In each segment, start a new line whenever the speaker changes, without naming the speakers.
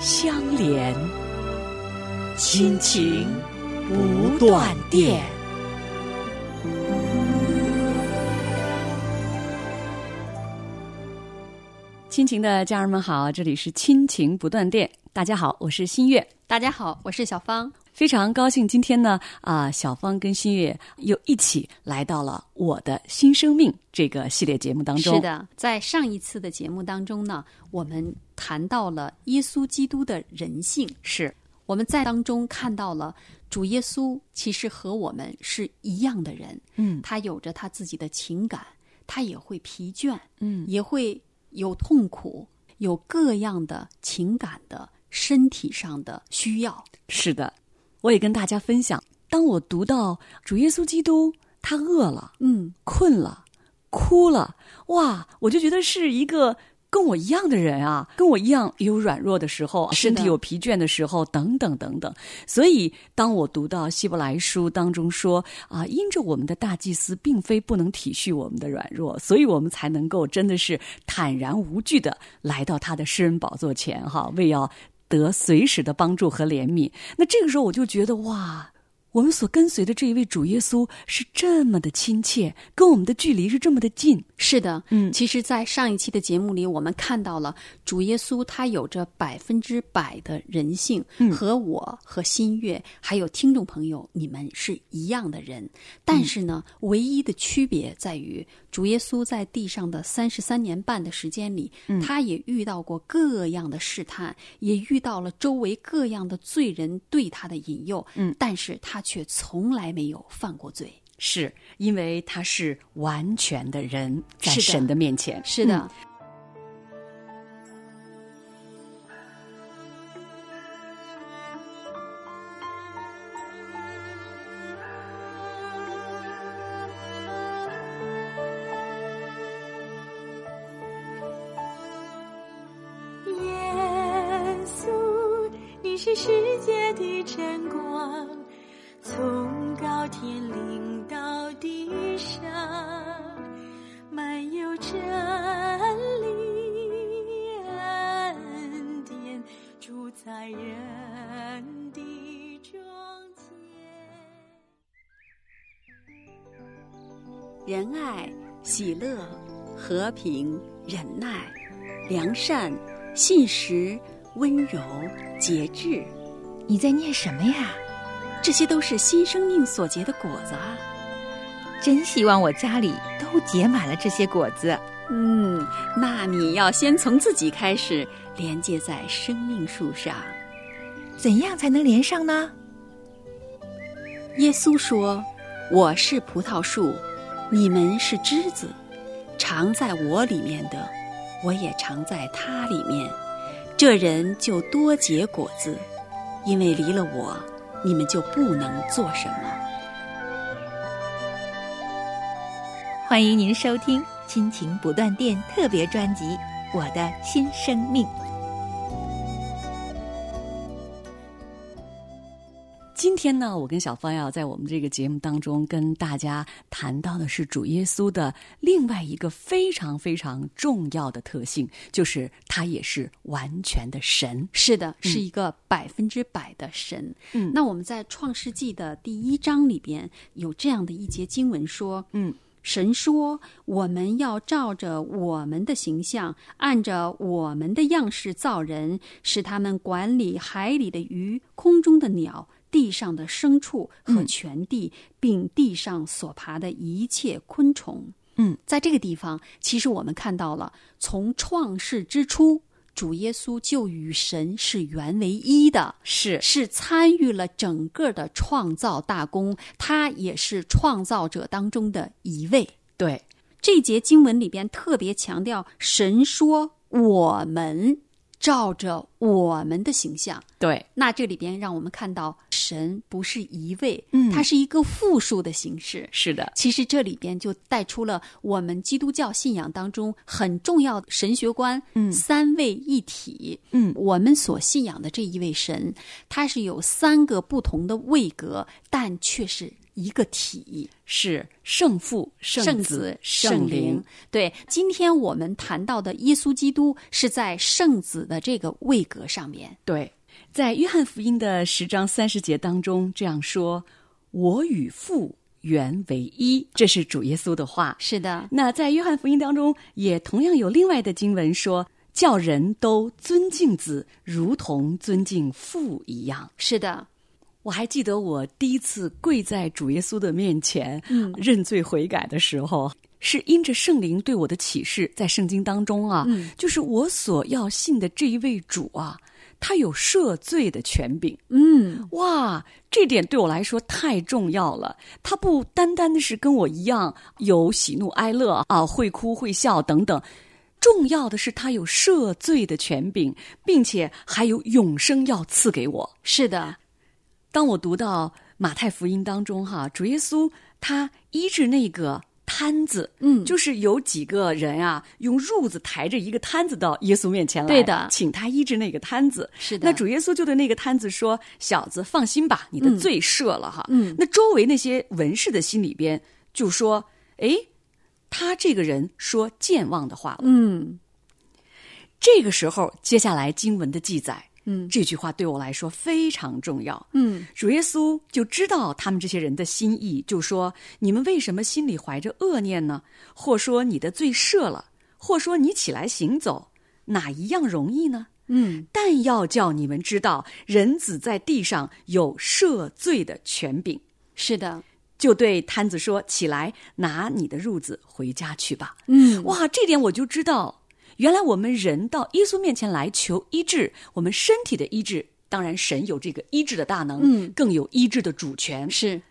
相连，亲情不断电。亲情的家人们好，这里是亲情不断电。大家好，我是新月。
大家好，我是小芳。
非常高兴今天呢，啊、小芳跟新月又一起来到了《我的新生命》这个系列节目当中。
是，的，在上一次的节目当中呢，我们谈到了耶稣基督的人性，
是
我们在当中看到了主耶稣其实和我们是一样的人，
嗯
他有着他自己的情感，他也会疲倦，
嗯，
也会有痛苦，有各样的情感的、身体上的需要。
是的。我也跟大家分享，当我读到主耶稣基督他饿了、
嗯，
困了、哭了，哇，我就觉得是一个。跟我一样的人啊，跟我一样有软弱的时候，
是
身
的
体有疲倦的时候，等等等等。所以，当我读到希伯来书当中说啊，因着我们的大祭司并非不能体恤我们的软弱，所以我们才能够真的是坦然无惧的来到他的施恩宝座前哈，为要得随时的帮助和怜悯。那这个时候我就觉得哇。我们所跟随的这一位主耶稣是这么的亲切，跟我们的距离是这么的近，
是的，
嗯
其实，在上一期的节目里，我们看到了主耶稣他有着百分之百的人性，
嗯
和我和新月还有听众朋友你们是一样的人，但是呢，唯一的区别在于主耶稣在地上的三十三年半的时间里，
嗯
他也遇到过各样的试探，也遇到了周围各样的罪人对他的引诱，嗯，但是他却从来没有犯过罪。
是因为他是完全的人，在
是的
神的面前。
是的，
嗯
耶稣，你是世界的真光，从高天领到地上，满有真理恩典，住在人的中间。
仁爱、喜乐、和平、忍耐、良善、信实、温柔、节制，
你在念什么呀？
这些都是新生命所结的果子啊。
真希望我家里都结满了这些果子。
嗯，那你要先从自己开始，连接在生命树上。
怎样才能连上呢？
耶稣说：“我是葡萄树，你们是枝子，常在我里面的，我也常在他里面。这人就多结果子，因为离了我，你们就不能做什么。
欢迎您收听《亲情不断电》特别专辑《我的新生命》。
嗯今天呢，我跟小芳要在我们这个节目当中跟大家谈到的是主耶稣的另外一个非常非常重要的特性，就是他也是完全的神。
是的，
嗯
是一个百分之百的神。
嗯
那我们在创世纪的第一章里边有这样的一节经文说：
嗯，
神说：“我们要照着我们的形象，按着我们的样式造人，使他们管理海里的鱼、空中的鸟、地上的牲畜
嗯
和全地，并地上所爬的一切昆虫。”
嗯，
在这个地方，其实我们看到了从创世之初，主耶稣就与神是原为一的。
是
是参与了整个的创造大功，他也是创造者当中的一位。
对，
这节经文里边特别强调，神说“我们”照着我们的形象。
对，
那这里边让我们看到，神不是一位，
嗯
它是一个复数的形式。
是的，
其实这里边就带出了我们基督教信仰当中很重要的神学观，
嗯
三位一体。
嗯
我们所信仰的这一位神，他是有三个不同的位格，但却是一个体。
是圣父、
圣
子
子、、
圣
灵。。对，今天我们谈到的耶稣基督是在圣子的这个位格上面。
对，在约翰福音的十章三十节当中这样说：“我与父原为一。”这是主耶稣的话。
是的，
那在约翰福音当中，也同样有另外的经文说：“叫人都尊敬子，如同尊敬父一样。”
是的，
我还记得我第一次跪在主耶稣的面前、认罪悔改的时候，是因着圣灵对我的启示，在圣经当中啊，就是我所要信的这一位主啊，他有赦罪的权柄。
嗯，
哇，这点对我来说太重要了。他不单单的是跟我一样有喜怒哀乐啊，会哭会笑等等，重要的是他有赦罪的权柄，并且还有永生要赐给我。
是的，
当我读到马太福音当中哈，主耶稣他医治那个摊子，
嗯
就是有几个人啊，用褥子抬着一个摊子到耶稣面前来，
对的
请他医治那个摊子。
是的。
那主耶稣就对那个摊子说：“小子，放心吧，你的罪赦了哈。
嗯
那周围那些文士的心里边就说：“诶，他这个人说健忘的话了。
嗯，
这个时候，接下来经文的记载，
嗯
这句话对我来说非常重要。
嗯，
主耶稣就知道他们这些人的心意，就说：“你们为什么心里怀着恶念呢？或说你的罪赦了，或说你起来行走，哪一样容易呢？”
嗯，
但要叫你们知道，人子在地上有赦罪的权柄。
是的，
就对摊子说：“起来，拿你的褥子回家去吧。”
嗯，
哇，这点我就知道，原来我们人到耶稣面前来求医治，我们身体的医治，当然神有这个医治的大能，
嗯
更有医治的主权。
是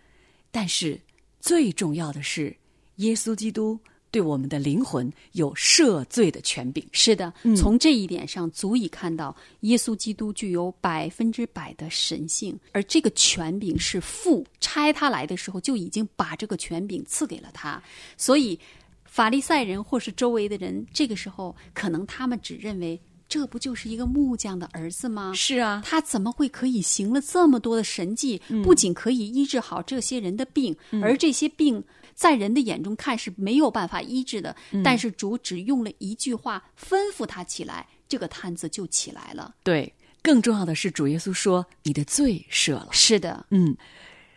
但是最重要的是，耶稣基督对我们的灵魂有赦罪的权柄。
是的，从这一点上足以看到，耶稣基督具有百分之百的神性，而这个权柄是父差他来的时候就已经把这个权柄赐给了他，所以法利赛人或是周围的人，这个时候可能他们只认为这不就是一个木匠的儿子吗？
是啊，
他怎么会可以行了这么多的神迹？不仅可以医治好这些人的病，而这些病在人的眼中看是没有办法医治的。但是主只用了一句话吩咐他起来，这个摊子就起来了。
对。更重要的是，主耶稣说：“你的罪赦了。”
是的，
嗯，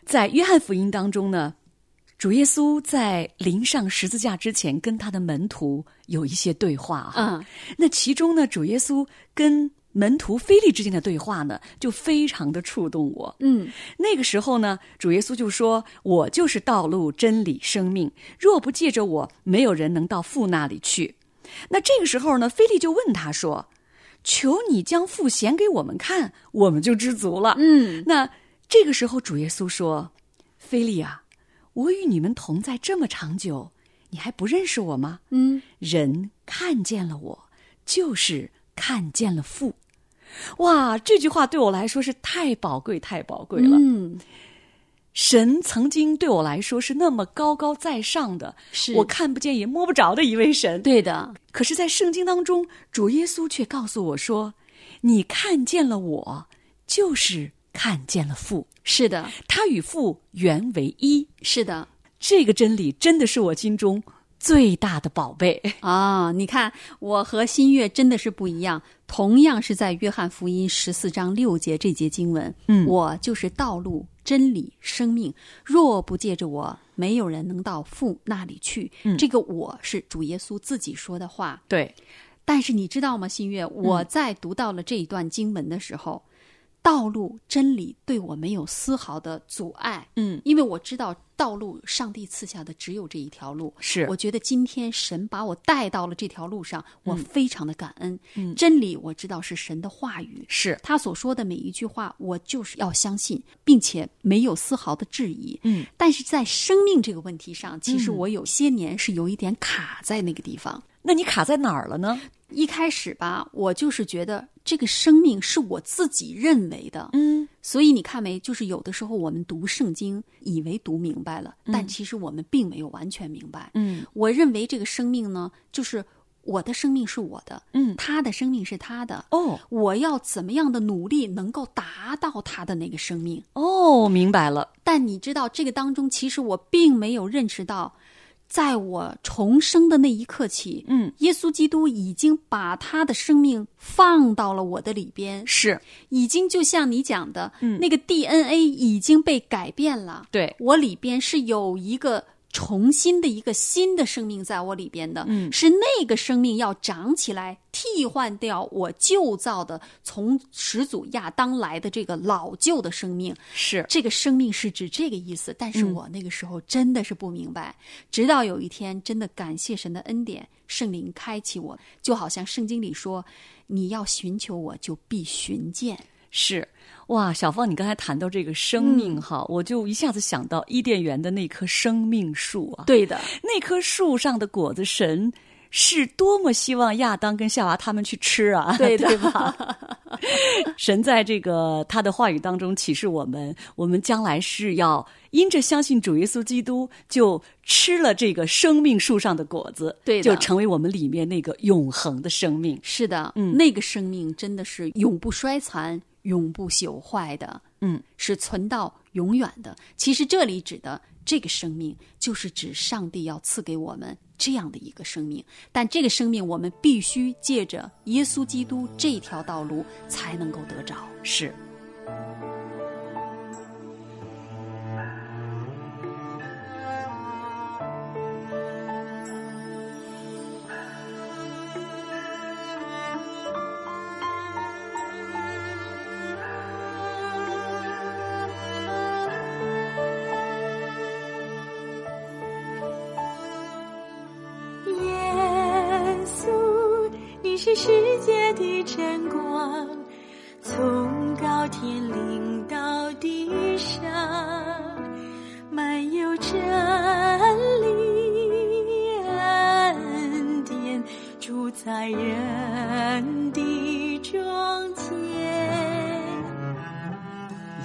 在约翰福音当中呢，主耶稣在临上十字架之前，跟他的门徒有一些对话啊。
嗯，
那其中呢，主耶稣跟门徒菲利之间的对话呢，就非常的触动我。
嗯，
那个时候呢，主耶稣就说：“我就是道路、真理、生命，若不借着我，没有人能到父那里去。”那这个时候呢，菲利就问他说：“求你将父显给我们看，我们就知足了。”
嗯，
那这个时候，主耶稣说：“菲利啊，我与你们同在这么长久，你还不认识我吗？
嗯，
人看见了我，就是看见了父。”哇，这句话对我来说是太宝贵、太宝贵了。
嗯，
神曾经对我来说是那么高高在上的，
是
我看不见也摸不着的一位神。
对的，
可是，在圣经当中，主耶稣却告诉我说：“你看见了我，就是看见了父。”
是的，
他与父原为一。
是的。
这个真理真的是我心中最大的宝贝。
啊、你看，我和新月真的是不一样。同样是在约翰福音十四章六节这节经文，
嗯
我就是道路、真理、生命，若不借着我，没有人能到父那里去。
嗯
这个我是主耶稣自己说的话。
对，
但是你知道吗，新月，我
嗯
在读到了这一段经文的时候，道路、真理对我没有丝毫的阻碍，
嗯，
因为我知道道路，上帝赐下的只有这一条路，
是嗯
我觉得今天神把我带到了这条路上，我非常的感恩。真理我知道是神的话语，
是
他所说的每一句话，我就是要相信，并且没有丝毫的质疑。
嗯，
但是在生命这个问题上，其实
嗯
我有些年是有一点卡在那个地方。
那你卡在哪儿了呢？
一开始吧，我就是觉得这这个生命是我自己认为的。
嗯，
所以你看没，就是有的时候我们读圣经，以为读明白了，但其实我们并没有完全明白。
嗯，
我认为这个生命呢，就是我的生命是我的，
嗯
他的生命是他的。
哦
我要怎么样的努力能够达到他的那个生命？
哦，明白了。
但你知道，这个当中其实我并没有认识到，在我重生的那一刻起，
嗯，
耶稣基督已经把他的生命放到了我的里边，
是
已经就像你讲的，
嗯
那个 DNA 已经被改变了，
对，
我里边是有一个。重新的一个新的生命在我里边的，
嗯
是那个生命要长起来，替换掉我旧造的从始祖亚当来的这个老旧的生命，
是
这个生命是指这个意思，但是
嗯
我那个时候真的是不明白，直到有一天，真的感谢神的恩典，圣灵开启我，就好像圣经里说：“你要寻求我，就必寻见。
是。哇，小芳，你刚才谈到这个生命哈，我就一下子想到伊甸园的那棵生命树啊”，
对的，
那棵树上的果子，神是多么希望亚当跟夏娃他们去吃啊，
对的
吧？神在这个他的话语当中启示我们，我们将来是要因着相信主耶稣基督，就吃了这个生命树上的果子，
对的
就成为我们里面那个永恒的生命。
是的，
嗯
那个生命真的是永不衰残、永不朽坏的，
嗯，
是存到永远的。其实这里指的这个生命，就是指上帝要赐给我们这样的一个生命，但这个生命我们必须借着耶稣基督这条道路才能够得着。
是。
耶稣，你是世界的真光，从高天领到地上，漫游真理恩典，主宰人的中间。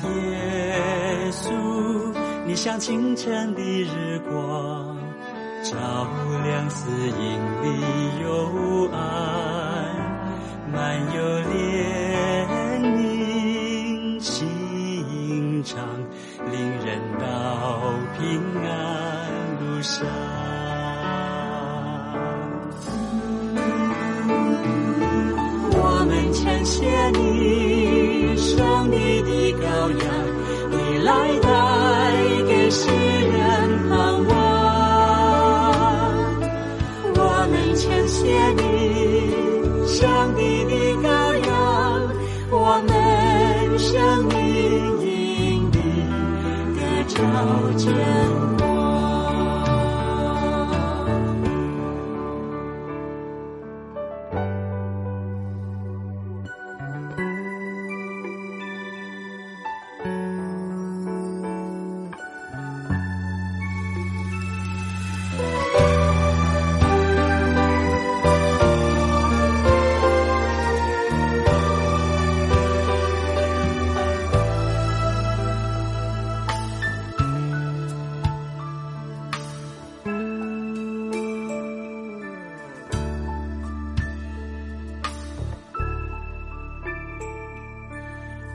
耶稣，你像清晨的日光，照亮死荫的幽暗，漫有怜悯心肠，领人到平安路上。我们称谢你，上帝的羔羊，你来带给世人盼望。我们称谢你，上帝的羔羊，我们生命因你得着真光。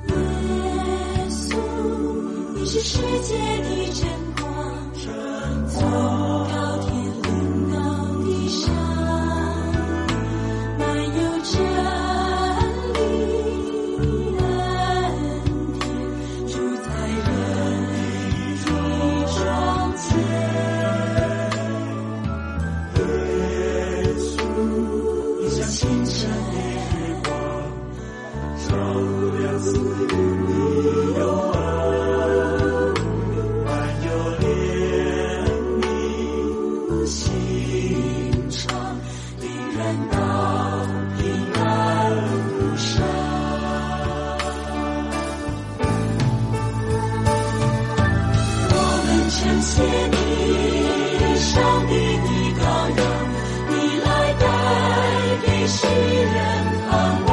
耶稣，你是世界的真光，从高天领到地上，漫游真理恩典，主宰人的中间。耶稣，你像清晨的日光。照亮四野的幽暗，满有怜悯心肠，令人到平安无伤。我们称谢你，上帝的羔羊，你来带给世人盼望。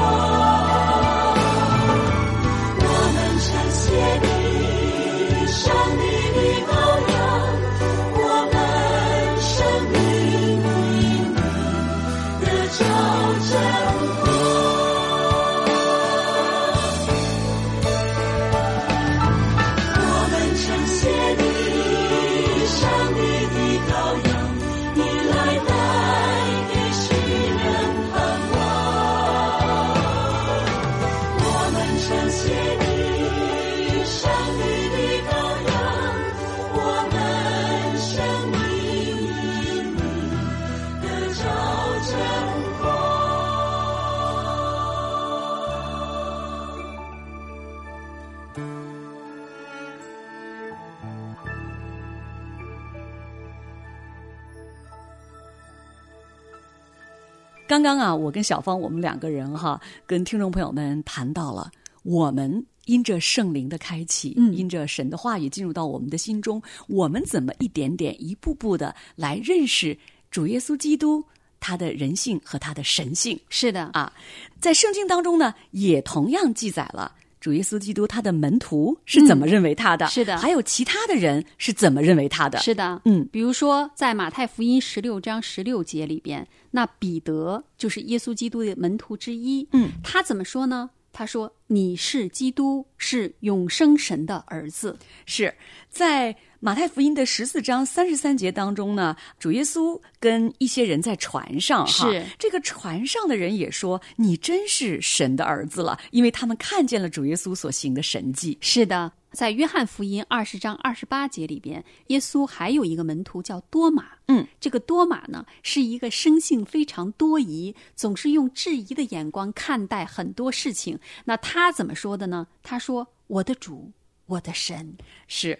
刚刚啊，我跟小芳我们两个人哈，跟听众朋友们谈到了我们。因着圣灵的开启，
嗯
因着神的话语进入到我们的心中，我们怎么一点点、一步步的来认识主耶稣基督他的人性和他的神性？
是的，
啊，在圣经当中呢，也同样记载了主耶稣基督他的门徒是怎么认为他的，
嗯是的
还有其他的人是怎么认为他的，
是的，
嗯
比如说在马太福音十六章十六节里边，那彼得就是耶稣基督的门徒之一，
嗯，
他怎么说呢？他说：“你是基督，是永生神的儿子。
是在马太福音的十四章三十三节当中呢，主耶稣跟一些人在船上哈，
是
这个船上的人也说：“你真是神的儿子了，因为他们看见了主耶稣所行的神迹。””
是的，在约翰福音二十章二十八节里边，耶稣还有一个门徒叫多马，
嗯，
这个多马呢是一个生性非常多疑，总是用质疑的眼光看待很多事情。那他怎么说的呢？他说：我的主，我的神。
是。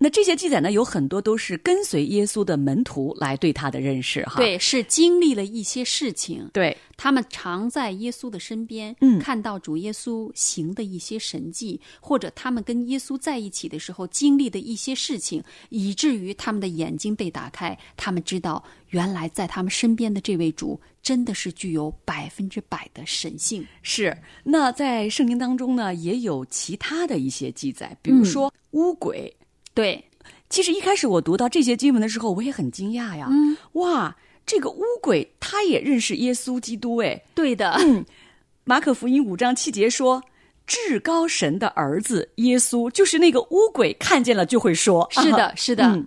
那这些记载呢，有很多都是跟随耶稣的门徒来对他的认识哈。
对，是经历了一些事情，
对，
他们常在耶稣的身边，
嗯
看到主耶稣行的一些神迹，或者他们跟耶稣在一起的时候经历的一些事情，以至于他们的眼睛被打开，他们知道原来在他们身边的这位主真的是具有百分之百的神性。
是。那在圣经当中呢，也有其他的一些记载，
嗯
比如说巫鬼。
对，
其实一开始我读到这些经文的时候，我也很惊讶呀，
嗯，
哇，这个巫鬼他也认识耶稣基督哎。
对的，
马可福音五章七节说。至高神的儿子耶稣，就是那个巫鬼，看见了就会说：“
是的，是的，
嗯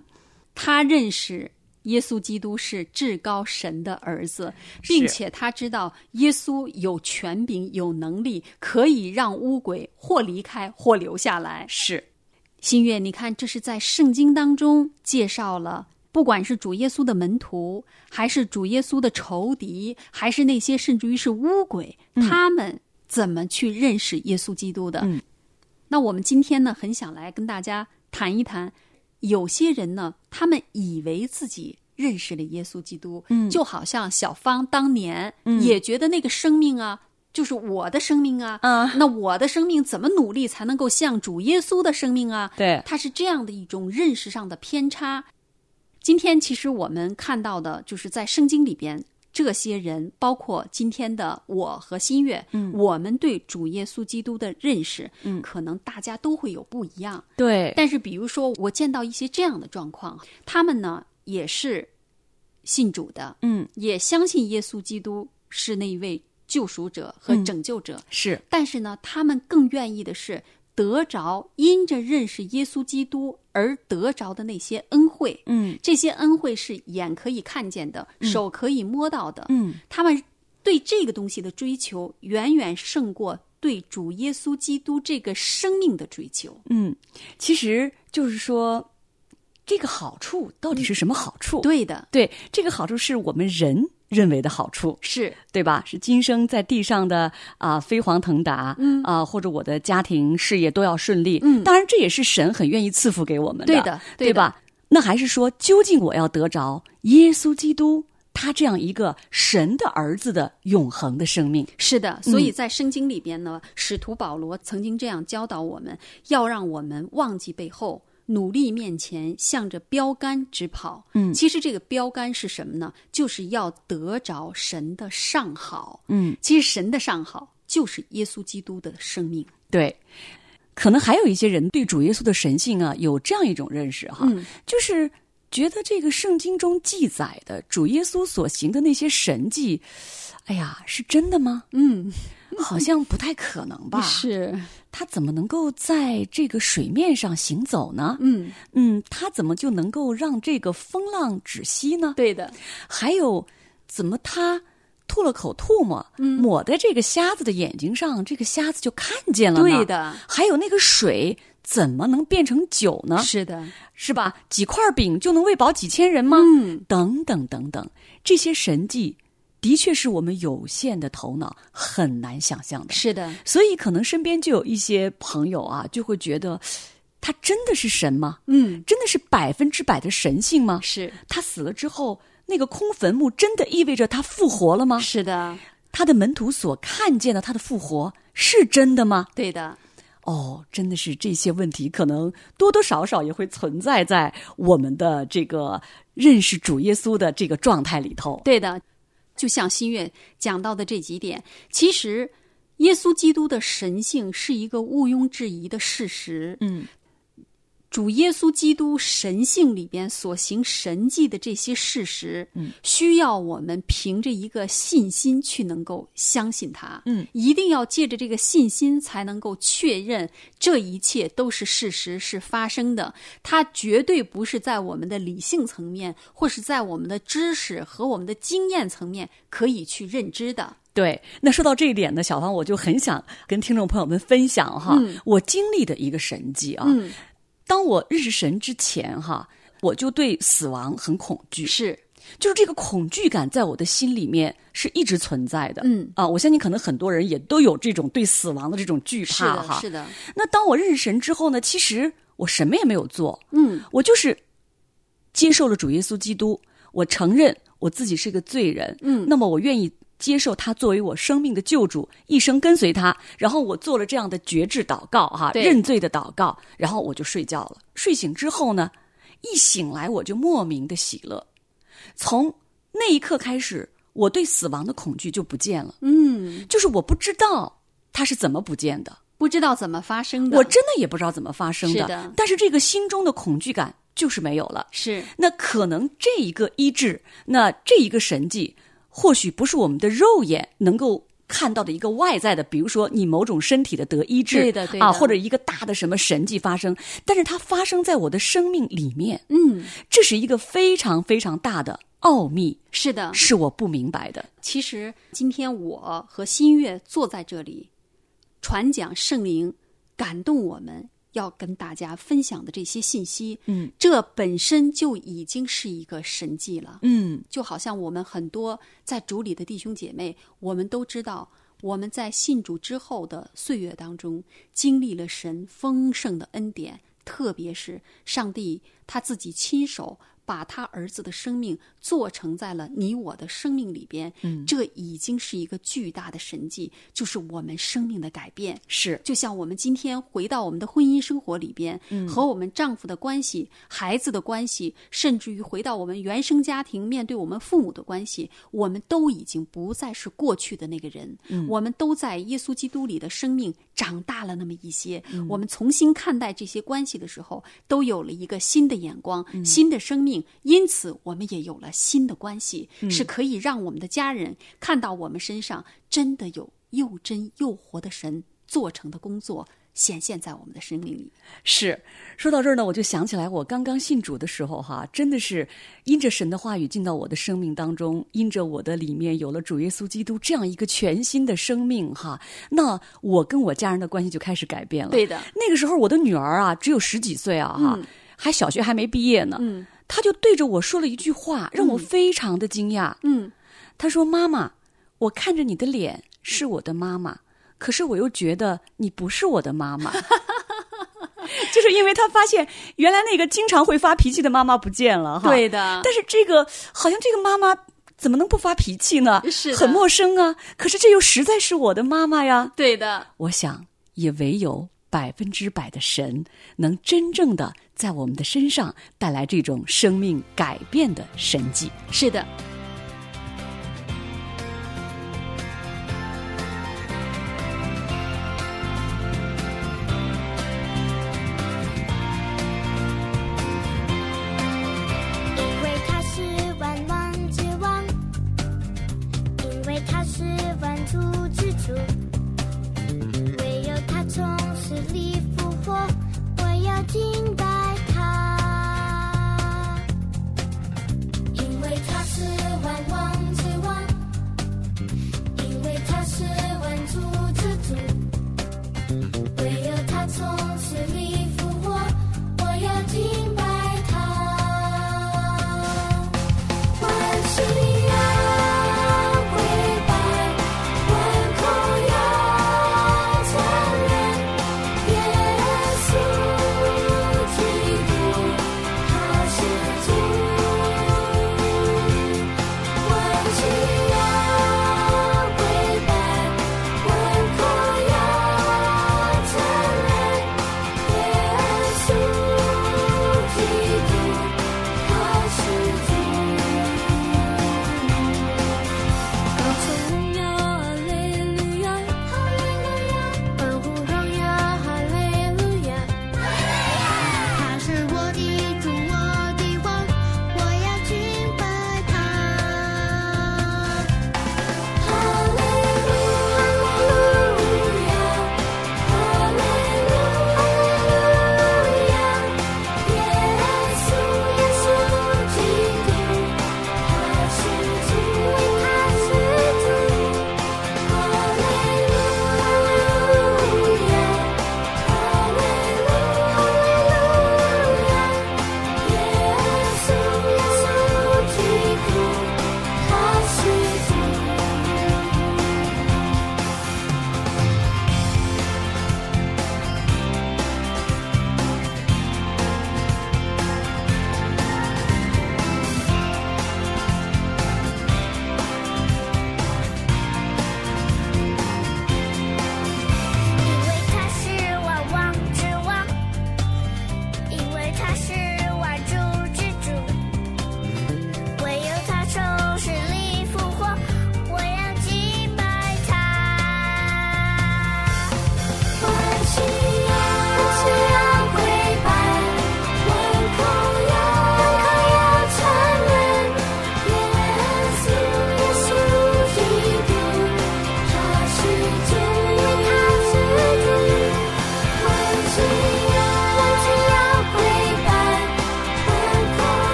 他认识耶稣基督是至高神的儿子，并且他知道耶稣有权柄、有能力，可以让乌鬼或离开或留下 来。
是
新月，你看，这是在圣经当中介绍了。不管是主耶稣的门徒，还是主耶稣的仇敌，还是那些甚至于是巫鬼，他们怎么去认识耶稣基督的？
嗯
那我们今天呢，很想来跟大家谈一谈，有些人呢，他们以为自己认识了耶稣基督，嗯，就好像小芳当年也觉得那个生命啊。就是我的生命啊，
啊
那我的生命怎么努力才能够像主耶稣的生命啊？
对
它是这样的一种认识上的偏差。今天其实我们看到的就是在圣经里边，这些人包括今天的我和新月，嗯，我们对主耶稣基督的认识，嗯，可能大家都会有不一样。
对
但是比如说，我见到一些这样的状况，他们呢也是信主的，
嗯，
也相信耶稣基督是那一位救赎者和拯救者，
是
但是呢，他们更愿意的是得着因着认识耶稣基督而得着的那些恩惠。
嗯
这些恩惠是眼可以看见的，手可以摸到的。
嗯
他们对这个东西的追求，远远胜过对主耶稣基督这个生命的追求。
嗯，其实就是说，这个好处到底是什么好处？
对的，
对，这个好处是我们人认为的好处，
是
对吧？是今生在地上的啊、飞黄腾达，
嗯
啊、或者我的家庭事业都要顺利，
嗯
当然这也是神很愿意赐福给我们的，
对的对的
吧？那还是说，究竟我要得着耶稣基督他这样一个神的儿子的永恒的生命？
是的，所以在圣经里边呢，使徒保罗曾经这样教导我们：要让我们忘记背后，努力面前，向着标杆直跑。嗯，其实这个标杆是什么呢？就是要得着神的上好。
嗯，
其实神的上好就是耶稣基督的生命。
对，可能还有一些人对主耶稣的神性啊有这样一种认识哈，
嗯
就是觉得这个圣经中记载的主耶稣所行的那些神迹，哎呀，是真的吗？
嗯，
好像不太可能吧？
是，
他怎么能够在这个水面上行走呢？
嗯，
嗯，他怎么就能够让这个风浪止息呢？
对的，
还有，怎么他吐了口唾沫，
嗯
抹在这个瞎子的眼睛上，这个瞎子就看见了呢？
对的
还有那个水怎么能变成酒呢？
是的，
是吧？几块饼就能喂饱几千人吗？
嗯，
等等等等，这些神迹的确是我们有限的头脑很难想象的。
是的，
所以，可能身边就有一些朋友啊，就会觉得，他真的是神吗？
嗯，
真的是百分之百的神性吗？
是，
他死了之后，那个空坟墓真的意味着他复活了吗？
是的，
他的门徒所看见的他的复活是真的吗？
对的，
哦，真的是这些问题，可能多多少少也会存在在我们的这个认识主耶稣的这个状态里头。
对的。就像新月讲到的这几点，其实耶稣基督的神性是一个毋庸置疑的事实。
嗯，
主耶稣基督神性里边所行神迹的这些事实，
嗯，
需要我们凭着一个信心去能够相信他，
嗯，
一定要借着这个信心才能够确认这一切都是事实，是发生的。它绝对不是在我们的理性层面，或是在我们的知识和我们的经验层面可以去认知的。
对，那说到这一点呢，小芳我就很想跟听众朋友们分享哈，
嗯
我经历的一个神迹啊。
嗯，
当我认识神之前哈，我就对死亡很恐惧，
是，
就是这个恐惧感在我的心里面是一直存在的。
嗯，
啊，我相信可能很多人也都有这种对死亡的这种惧
是
怕
的，
哈。
是的，
那当我认识神之后呢，其实我什么也没有做，
嗯
我就是接受了主耶稣基督，我承认我自己是个罪人，
嗯
那么我愿意接受他作为我生命的救主，一生跟随他。然后我做了这样的觉志祷告，哈，
对
认罪的祷告，然后我就睡觉了。睡醒之后呢，一醒来我就莫名的喜乐，从那一刻开始，我对死亡的恐惧就不见了，
嗯，
就是我不知道它是怎么不见的。
不知道怎么发生的，
我真的也不知道怎么发生的，
是的
但是这个心中的恐惧感就是没有了。
是
那可能这一个医治，那这一个神迹，或许不是我们的肉眼能够看到的一个外在的，比如说你某种身体的得医治，
对的对的
啊，或者一个大的什么神迹发生，但是它发生在我的生命里面，
嗯，
这是一个非常非常大的奥秘，
是的，
是我不明白的。
其实今天我和新月坐在这里，传讲圣灵感动我们要跟大家分享的这些信息，
嗯，
这本身就已经是一个神迹了。
嗯，
就好像我们很多在主里的弟兄姐妹，我们都知道，我们在信主之后的岁月当中，经历了神丰盛的恩典，特别是上帝他自己亲手把他儿子的生命做成在了你我的生命里边，嗯，这已经是一个巨大的神迹，就是我们生命的改变。
是
就像我们今天回到我们的婚姻生活里边，和我们丈夫的关系、孩子的关系，甚至于回到我们原生家庭，面对我们父母的关系，我们都已经不再是过去的那个人，我们都在耶稣基督里的生命长大了那么一些。我们重新看待这些关系的时候，都有了一个新的眼光、新的生命，因此我们也有了新的关系，是可以让我们的家人看到我们身上真的有又真又活的神做成的工作显现在我们的生命里。
是，说到这儿呢，我就想起来，我刚刚信主的时候哈，真的是因着神的话语进到我的生命当中，因着我的里面有了主耶稣基督这样一个全新的生命哈，那我跟我家人的关系就开始改变了。
对的
那个时候我的女儿啊，只有十几岁啊哈，还小学还没毕业呢，
嗯
她就对着我说了一句话，让我非常的惊讶。
嗯，
她说：“妈妈，我看着你的脸是我的妈妈，可是我又觉得你不是我的妈妈。” 就是因为她发现原来那个经常会发脾气的妈妈不见了哈。
对的，
但是这个好像这个妈妈怎么能不发脾气呢？
是的
很陌生啊。可是这又实在是我的妈妈呀。
对的，
我想也唯有百分之百的神能真正的在我们的身上带来这种生命改变的神迹。
是的。
因为他是万王之王，因为他是万主之主，唯有他从死里复活，我要敬拜他。因为他是万王之王，因为他是万主之主，唯有他从死里复活，我要敬拜他。万心要跪拜，万口要承认，耶